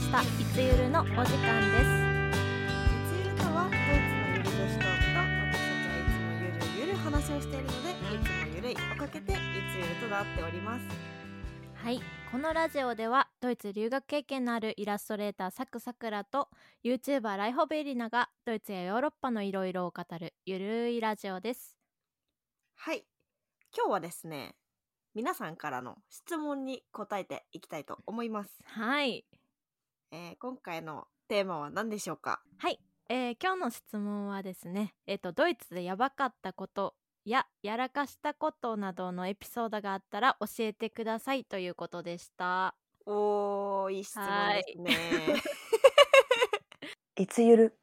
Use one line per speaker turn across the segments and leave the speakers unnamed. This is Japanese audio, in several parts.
したいつゆるのお時間で
い
す
つゆるとはドイツのゆる女子トークと私たちはいつもゆるゆる話をしているのでいつもゆるいをかけていつゆるとなっております
はいこのラジオではドイツ留学経験のあるイラストレーターサクサクラと YouTuber ライホベリナがドイツやヨーロッパのいろいろを語るゆるいラジオです
はい今日はですね皆さんからの質問に答えていきたいと思います、
はい
えー今回のテーマは何でしょうか
はい、えー今日の質問はですね、えっとドイツでやばかったことややらかしたことなどのエピソードがあったら教えてくださいということでした
おーいい質問ですね
いつゆる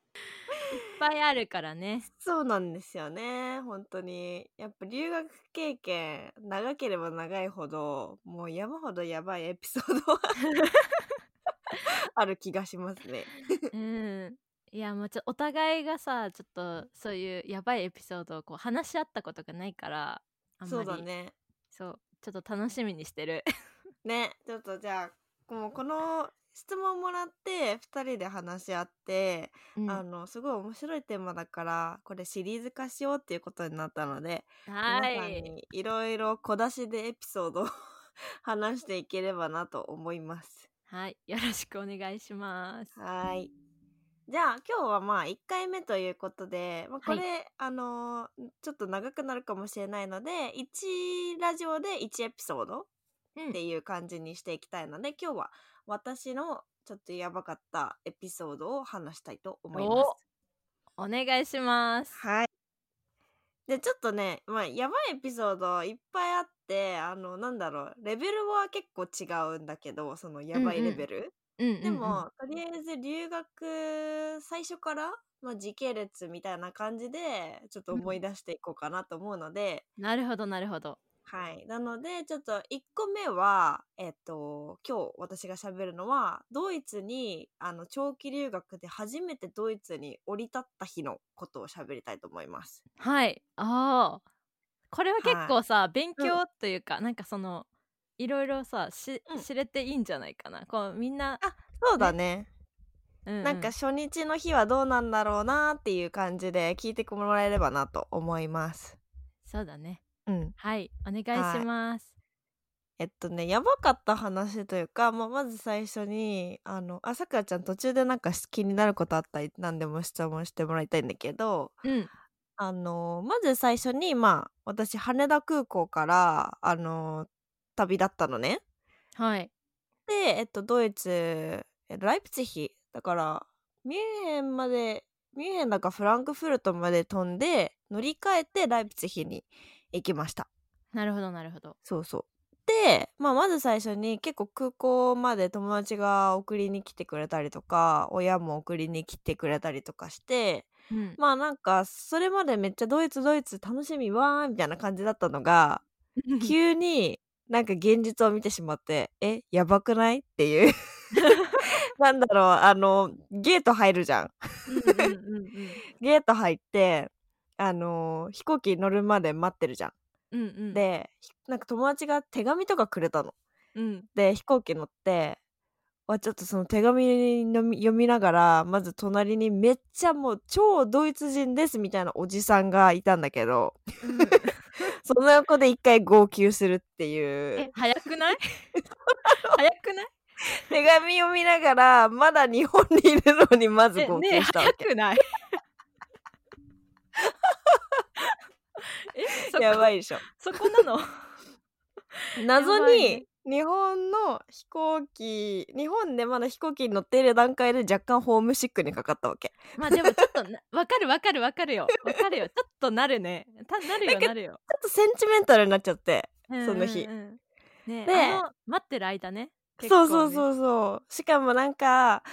いっぱいあるからね
そうなんですよね本当にやっぱ留学経験長ければ長いほどもう山ほどやばいエピソードは ある気がしますね
うんいやもうちょお互いがさちょっとそういうやばいエピソードをこう話し合ったことがないから あんまり
そうだね
そうちょっと楽しみにしてる
ねちょっとじゃあもうこの質問もらって2人で話し合って、
うん
あのすごい面白いテーマだからこれシリーズ化しようっていうことになったので、
は
皆さん
い
にいろいろ小出しでエピソードを 話していければなと思います。
はいよろしくお願いします
はーいじゃあ今日はまあ1回目ということで、まあ、こ
はい
れ、あのーちょっと長くなるかもしれないので1ラジオで1エピソード
うん
っていう感じにしていきたいので、今日は私のちょっとやばかったエピソードを話したいと思います。
お願いします
はい。で、ちょっとね、まあ、やばいエピソードいっぱいあって、あの、なんだろう、レベルは結構違うんだけど、そのやばいレベル。
うんうんうん
でも、とりあえず留学、最初から、まあ、時系列みたいな感じで、ちょっと思い出していこうかなと思うので、
なるほどなるほど
はい。なので、ちょっと1個目は、えっと、今日私が喋るのは、ドイツに、あの、長期留学で初めてドイツに降り立った日のことを喋りたいと思います。
はいああこれは結構さ、勉
うん
強というか、なんかそのいろいろさし、
うん
知れていいんじゃないかなこうみんな、
そうだね、
うう
なんか初日の日はどうなんだろうなっていう感じで聞いてもらえればなと思います
そうだね
うん
はいお願いします
えっとねやばかった話というか、まあ、まず最初にあのあさくらちゃん途中でなんか気になることあったり何でも質問してもらいたいんだけど
うん
あのまず最初にまあ私羽田空港からあの旅立ったのね
はい
でえっとドイツえライプツィヒだからミュンヘンまでミュンヘンだかフランクフルトまで飛んで乗り換えてライプツィヒに行きました
なるほどなるほど
そうそうで、まあ、まず最初に結構空港まで友達が送りに来てくれたりとか親も送りに来てくれたりとかして
うん、
まあなんかそれまでめっちゃドイツドイツ楽しみわーみたいな感じだったのが 急になんか現実を見てしまってえやばくないっていう なんだろうあのゲート入るじゃん
うんうんうんうん
ゲート入ってあの飛行機乗るまで待ってるじゃん、
うんうん、
でひなんか友達が手紙とかくれたの
うん、
で飛行機乗ってわちょっとその手紙のみ読みながらまず隣にめっちゃもう超ドイツ人ですみたいなおじさんがいたんだけど
うん
その横で一回号泣するっていう
え早くない早くない
手紙読みながらまだ日本にいるのに まず
え
号
ねえ
泣したわ
早
け、
くない えそこ
やばいでしょ
そこな の
謎
やばい
に日本の飛行機日本でまだ飛行機に乗っている段階で若干ホームシックにかかったわけ
まあでもちょっとなわかるわかるわかるよわかるよちょっとなるねたなるよなるよ、
ちょっとセンチメンタルになっちゃってその日
うんうんうんね
で
あの待ってる間ね
そうそう
う
そうそうしかもなんか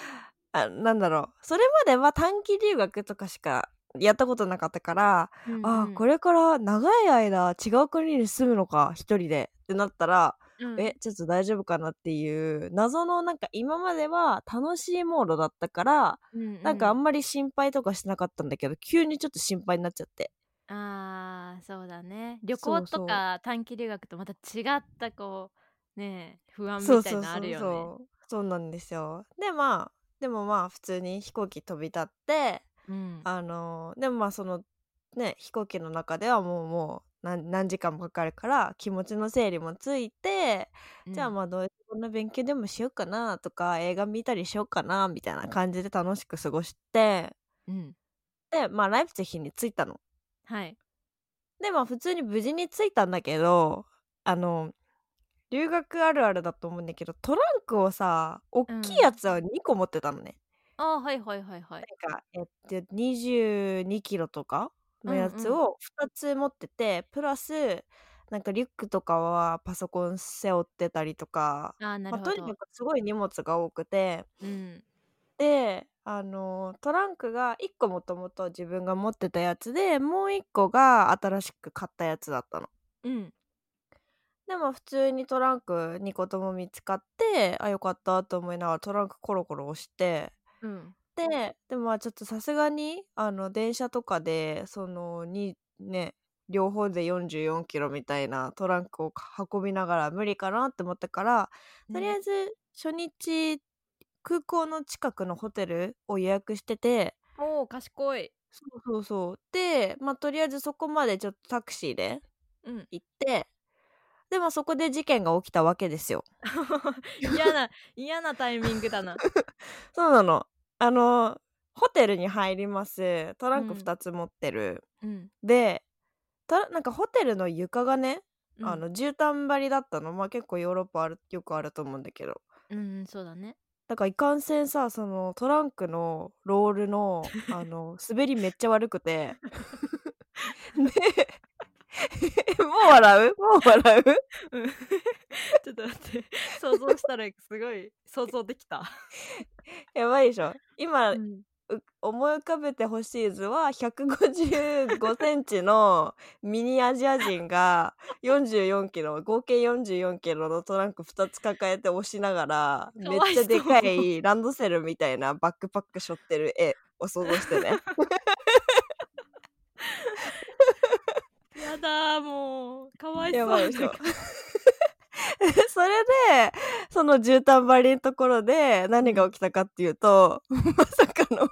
あなんだろうそれまでは短期留学とかしかやったことなかったから、あこ
れ、
れから長い間違う国に住むのか一人でってなったら
うん
えちょっと大丈夫かなっていう謎のなんか今までは楽しいモードだったから、
うう
なんかあんまり心配とかしなかったんだけど急にちょっと心配になっちゃって
あーそうだね旅
そう
行とか短期留学とまた違ったこうねえ不安
そう
みた
そ
いうな
そ
のあ
う
るよね
そうそうなんですよ。でまあでもまあ普通に飛行機飛び立って
うん
あのでもまあそのね飛行機の中ではもうもう何何時間もかかるから気持ちの整理もついて、じゃあまあドイツ語の勉強でもしようかなとか映画見たりしようかなみたいな感じで楽しく過ごして
うんうん
でまあライプツィヒに着いたの。
はい
でまあ普通に無事に着いたんだけどあの留学あるあるだと思うんだけどトランクをさ大きいやつは2個持ってたのね。
あーはいはいはいはい
なんかえっと22キロとかのやつを2つ持ってて、プラスなんかリュックとかはパソコン背負ってたりとか、
あーな
ま
る
あ、
ほ
とに
ど
かくすごい荷物が多くて
うん
であのトランクが1個もともと自分が持ってたやつでもう1個が新しく買ったやつだったの。
うん
でも普通にトランク2個とも見つかってあよかったと思いながらトランクコロコロ押して
うん
ででもまあちょっとさすがにあの電車とかでそのにね両方で44キロみたいなトランクを運びながら無理かなって思ったから、とりあえず初日空港の近くのホテルを予約してて
おお賢い
そうそうそうで、まあ、とりあえずそこまでちょっとタクシーで
うん
行ってでまあそこで事件が起きたわけですよ。
嫌な嫌なタイミングだな
そうなのあのホテルに入りますトランク
うん
2つ持ってる。
うん
でたなんかホテルの床がね、
うん
あの絨毯張りだったのまあ結構ヨーロッパあるよくあると思うんだけど
うんそう だね
だからいかんせんさそのトランクのロールのあの滑りめっちゃ悪く てで もう笑うもう笑う
うんちょっと 待って想像したらすごい想像できた、
やばいでしょ今、
うん
う思い浮かべてほしい図は155センチのミニアジア人が44キロ合計44キロのトランク2つ抱えて押しながら
か
めっ
わ
ち
いそ
ゃ
う
でかいランドセルみたいなバックパック背負ってる絵を想像してね
やだーもうかわいそう
やばいでし
な
ょ
んか
それでその絨毯張りのところで何が起きたかっていうと、まさかの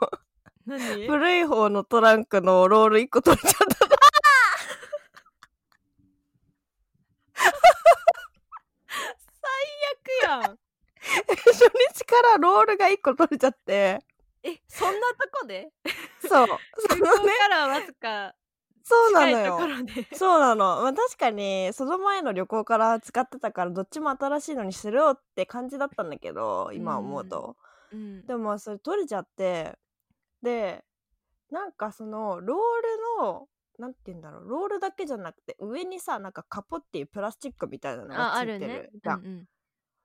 何
古い方のトランクのロール1個取れちゃった
最悪やん
初日からロールが1個取れちゃって
えそんなとこで
そう そ
空
の
港
ね
からわずか
そうな
近
の
いとこ
よ
ろで
そうなの、まあ、確かにその前の旅行から使ってたからどっちも新しいのにするよって感じだったんだけど今思うと、
うん
でもまあそれ取れちゃってでなんかそのロールのなんて言うんだろうロールだけじゃなくて上にさなんかカポっていうプラスチックみたいなの
あ
が
あ
つい
る
て
ね
るじゃん
うんうん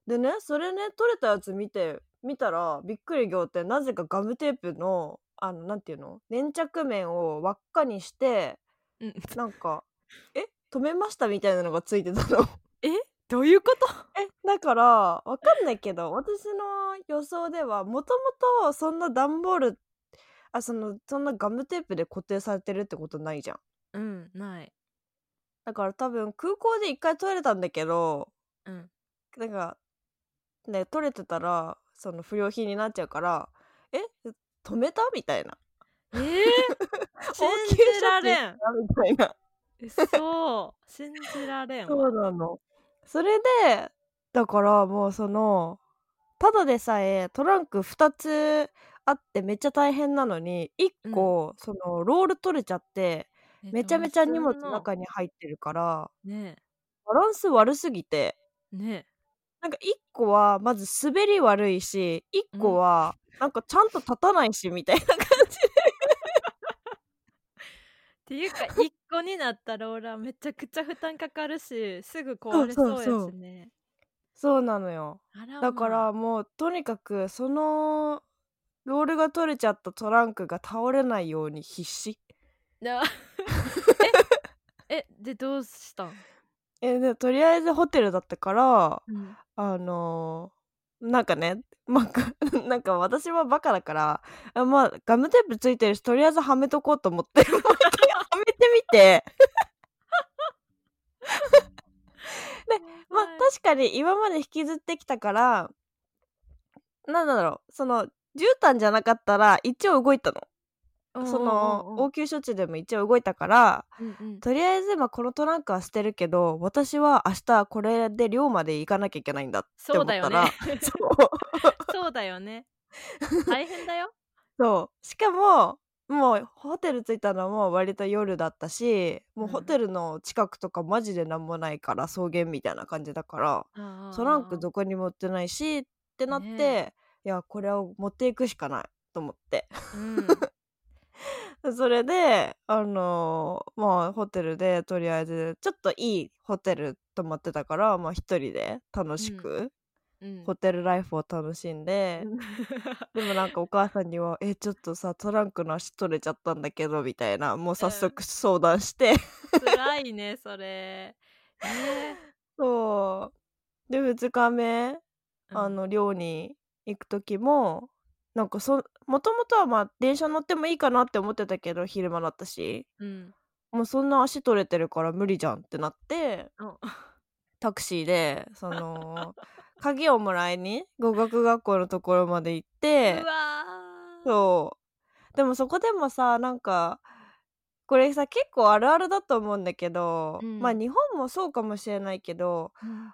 でねそれね取れたやつ見て見たらびっくり仰天なぜかガムテープのあのなんていうの粘着面を輪っかにして
うん、
なんか「え止めました」みたいなのがついてたの。
どういうこと
えだからわかんないけど私の予想ではもともとそんな段ボールあそのそんなガムテープで固定されてるってことないじゃん。
うんない
だから多分空港で一回取れたんだけど
うん
なんか、ね、取れてたら、その不良品になっちゃうから、え止めたみたいな。
えー、信
応急
じられん
処置したみたいな。
そう信じられんわ
そうなの。それで、だからもうその、ただでさえトランク2つあってめっちゃ大変なのに、1個、そのロール取れちゃって、
え
めちゃめちゃ荷物
どうすんの
中に入ってるから、
ね
バランス悪すぎて、
えね
なんか1個はまず滑り悪いし1個はなんかちゃんと立たないしみたいな感 じ
えってい うか一個になったローラーめちゃくちゃ負担かかるしすぐ壊れそうやしね
そうそうそそうなのよ
あらまあ
だからもうとにかくそのロールが取れちゃったトランクが倒れないように必死
な ええでどうしたん、
えでとりあえずホテルだったから
うん、
あのーなんかねまあ、 なんか私はバカだからあまあガムテープついてるしとりあえずはめとこうと思ってもう一回はめてみてまあ確かに今まで引きずってきたからなんだろうその絨毯じゃなかったら一応動いたのその応急処置でも一応動いたから
うんうん
とりあえず今このトランクは捨てるけど私は明日これで寮まで行かなきゃいけないんだって
そ
思
う
った
だよ
ら
ね
そう
そうだよね大変だよ
そうしかももうホテル着いたのも割と夜だったしもううんホテルの近くとかマジで何もないから草原みたいな感じだからトランクどこにも売ってないしってなって、
ねえ
いやこれを持っていくしかないと思って
うん
それで、あのーまあ、ホテルで、とりあえず、ちょっといいホテル泊まってたから、まあ、一人で楽しく、
うん
ホテルライフを楽しんで、でもなんかお母さんには、え、ちょっとさ、トランクの足取れちゃったんだけど、みたいな、もう早速相談して、
辛いねそれ、ね
そう。で、二日目、
うん
あの、寮に行く時も、なんかそ、もともとはまあ、電車乗ってもいいかなって思ってたけど、昼間だったし、
うん
もうそんな足取れてるから無理じゃんってなって、
お
タクシーでその鍵をもらいに語学学校のところまで行って
うわー
そうでもそこでもさなんかこれさ結構あるあるだと思うんだけど、
うん
まあ日本もそうかもしれないけど
うん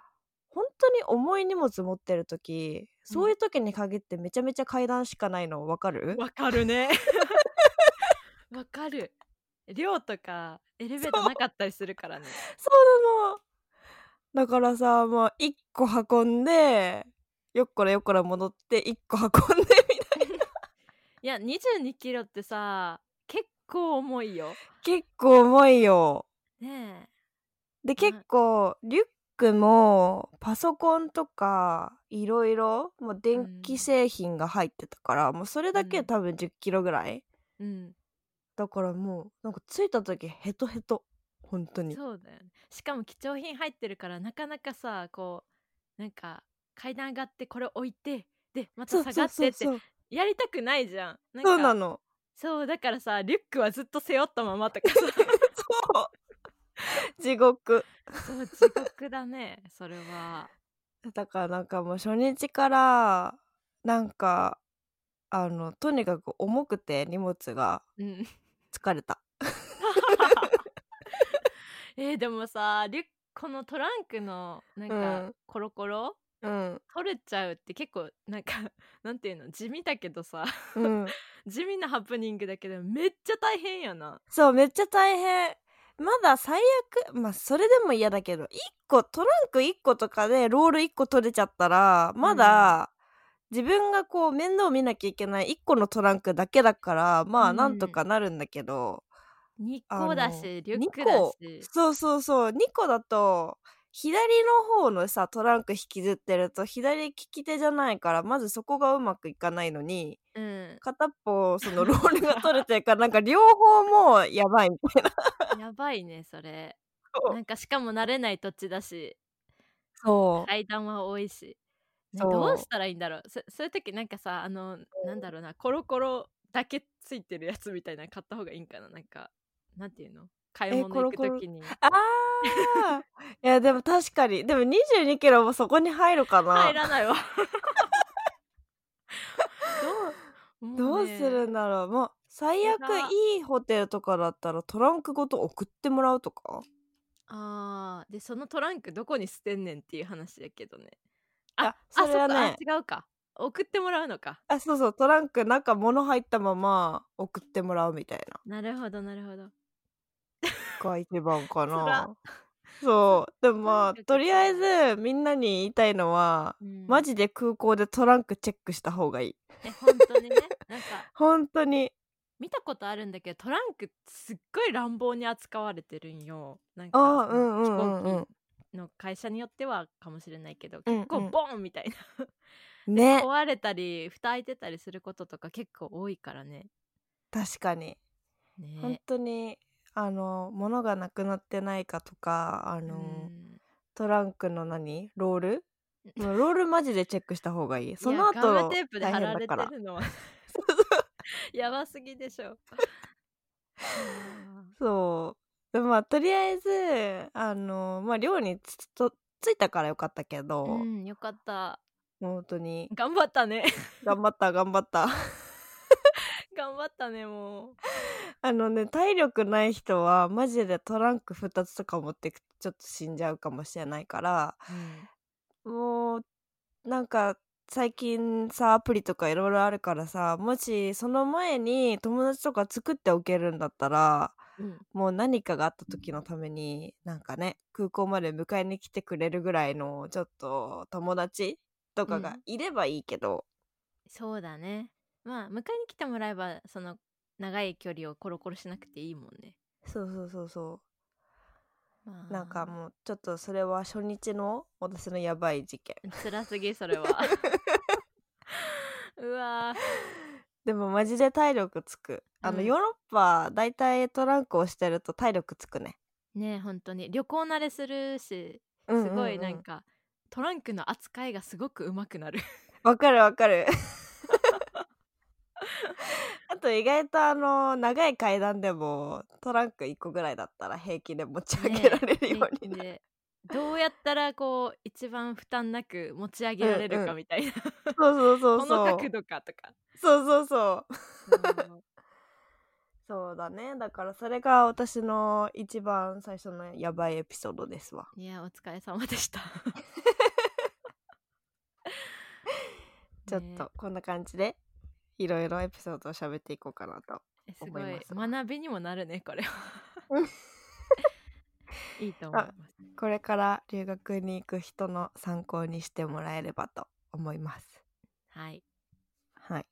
本当に重い荷物持ってる時そういう時に限ってめちゃめちゃ階段しかないのわかる、
わかるね わかる寮とかエレベーターなかったりするからね
そうなのだからさもう1個運んでよっこらよっこら戻って1個運んでみたいない
や2 2キロってさ結構重いよ
結構重いよ
ね
で
はい
結構リュックもパソコンとかいろいろもう電気製品が入ってたから、もうそれだけで
うん
多分1 0キロぐらい、
えうん
だからもうなんか着いた時ヘトヘト本当に
そうだよねしかも貴重品入ってるからなかなかさこうなんか階段上がってこれ置いてでまた下がってって
そう
やりたくないじゃんなんか
そうなの
そうだからさリュックはずっと背負ったままとか さ
そう 地獄
そう地獄だねそれは
だからなんかもう初日からなんかあのとにかく重くて荷物が
うん
疲れた
えーでもさリュックこのトランクのなん
う
か
ん
コロコロ
うん
取れちゃうって結構なんかなんていうの地味だけどさ
うん
地味なハプニングだけどめっちゃ大変やな
そうめっちゃ大変まだ最悪まあそれでも嫌だけど1個トランク1個とかでロール1個取れちゃったらまだ、自分がこう面倒見なきゃいけない1個のトランクだけだからまあ
うん
なんとかなるんだけど、
日
あの
光だしリュック
二
だ
個
し
そうそうそう2個だと左の方のさトランク引きずってると左利き手じゃないからまずそこがうまくいかないのに
うん
片っぽそのロールが取れてるからなんか両方もうやばいみたいな。
やばいねそれ
そう
なんかしかも慣れない土地だし
そう
階段は多いし、ね、
そう
どうしたらいいんだろうそそういう時なんかさあのなんだろうなコロコロだけついてるやつみたいなの買った方がいいんかななんかなんていうの買い物行く
コロコロ
時に
ああいやでも確かにでも2 2キロもそこに入るかな
入らないわ どう
ど
も
う
ね
するんだろうもう最悪
それが
いいホテルとかだったらトランクごと送ってもらうとか
あーでそのトランクどこに捨てんねんっていう話やけどね
い
あ
やそれは
あ
ね
そっかあ違うか送ってもらうのか
あそうそうトランク中物入ったまま送ってもらうみたいな
なるほどなるほど
が一番か
つら
なそうでもま
と
あ
にかく
とりあえずみんなに言いたいのは、
うん
マジで空港でトランクチェックした方がいい
え本当 にねなんか
本当に
見たことあるんだけどトランクすっごい乱暴に扱われてるんよなんか
あー
その
うんうんうんうん
飛行機の会社によってはかもしれないけど、
うんうん
結構ボーンみたいな、
ね
壊れたり蓋開いてたりすることとか結構多いからね
確かに本
ね
当にあの物がなくなってないかとかあ
う
の、
ん
トランクの何ロール もうロールマジでチェックした方がいいそ
いや
の
ガ
後
ムテープで
大
貼
変
ら
だ
れ
か
て
ら
るの は やばすぎでしょ
そうでまあとりあえずあのまあ寮につと着いたからよかったけど、
うんよかった
本当に
頑張ったね
頑張った頑張った
頑張ったねもう
あのね体力ない人はマジでトランク2つとか持ってくとちょっと死んじゃうかもしれないからもうなんか最近さアプリとかいろいろあるからさもしその前に友達とか作っておけるんだったら
うん
もう何かがあった時のためになんかね空港まで迎えに来てくれるぐらいのちょっと友達とか
う
が
ん
いればいいけど、
そうだねまあ迎えに来てもらえばその長い距離をコロコロしなくていいもんね、
そうそうそうそ
ま
う
あ
なんかもうちょっとそれは初日の私のやばい事件
辛すぎそれは うわ
でもマジで体力つくあの、
うん
ヨーロッパ大体トランクをしてると体力つくね
ーねえ本当に旅行慣れするし
うんうん
す
うん
ごいなんか、トランクの扱いがすごくうまくなる
わかるわかる あと意外とあの長い階段でもトランク1個ぐらいだったら平気で持ち上げられるようになる、
でどうやったらこう一番負担なく持ち上げられる
うんう
か
ん
みたいな、
そうそうそう
この
そう
角度かとか
そうそうそう
そう
そうだねだからそれが私の一番最初のやばいエピソードですわ
いやお疲れ様でした
ちょっ
ね
とこんな感じでいろいろエピソードを喋っていこうかなと
えす
思
ご
い
い
ます
学びにもなるねこれは
うん
いいと思います
これから留学に行く人の参考にしてもらえればと思います
はい、
はい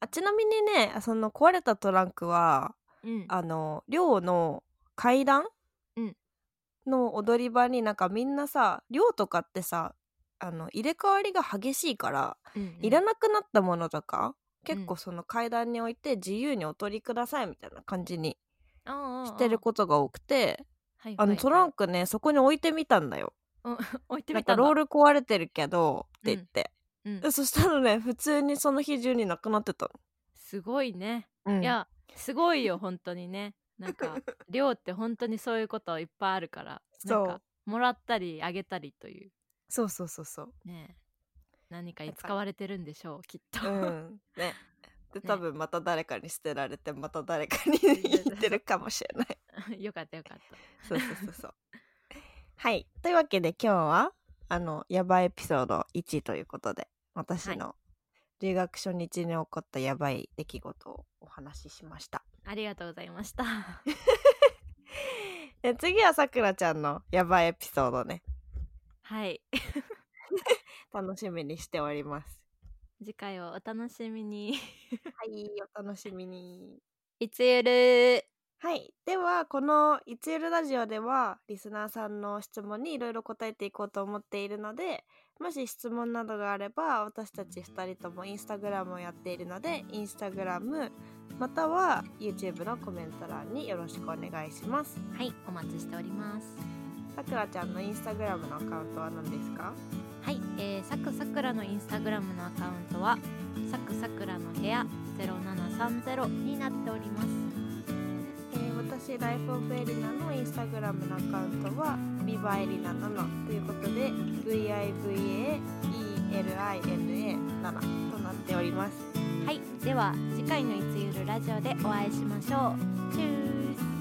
あちなみにねあその壊れたトランクは
うん、
あの寮の階段
うん
の踊り場になんかみんなさ寮とかってさあの入れ替わりが激しいから、
うんうん
いらなくなったものとか
うん
結構その階段に置いて自由にお取りくださいみたいな感じに
ああああ
してることが多くて
はいは
あ
い
のトラン
ク
クねそこに置いてみたんだよ。
置いて
なん
み
か
たんだ
ロール壊れてるけどって言って、
うん
えそしたらね普通にその日中になくなってた
すごいね、
の、うん
いやすごいよ本当にねな んか寮って本当にそういうこといっぱいあるからな
そ
んかもらったりあげたりという
そうそうそうそう
ね何か
だ
に
から
使われてるんでしょうきっと、
うんね で
ね
多分また誰かに捨てられてまた誰かに 言ってるかもしれない
よかったよかった
そうそうそうそう はいというわけで今日はあのやばいエピソード1ということで私の留学初日に起こったやばい出来事をお話ししました
ありがとうございました
で次はさくらちゃんのやばいエピソードね
はい
楽しみにしております
次回をお楽しみに
はい、お楽しみに。
いつゆる
はい、ではこの「いつゆるラジオ」ではリスナーさんの質問にいろいろ答えていこうと思っているのでもし質問などがあれば私たち2人ともインスタグラムをやっているのでインスタグラムまたは YouTube のコメント欄によろしくお願いします
はいお待ちしております
さくらちゃんのインスタグラムのアカウントは何ですか
はい、えー、サクサクラのインスタグラムのアカウントはサクサクラの部屋0730になっております
えー私ライフオブエリナのインスタグラムのアカウントはビバエリナ7ということで VIVAELINA7 となっております
はい、では次回のいつゆるラジオでお会いしましょう。チュース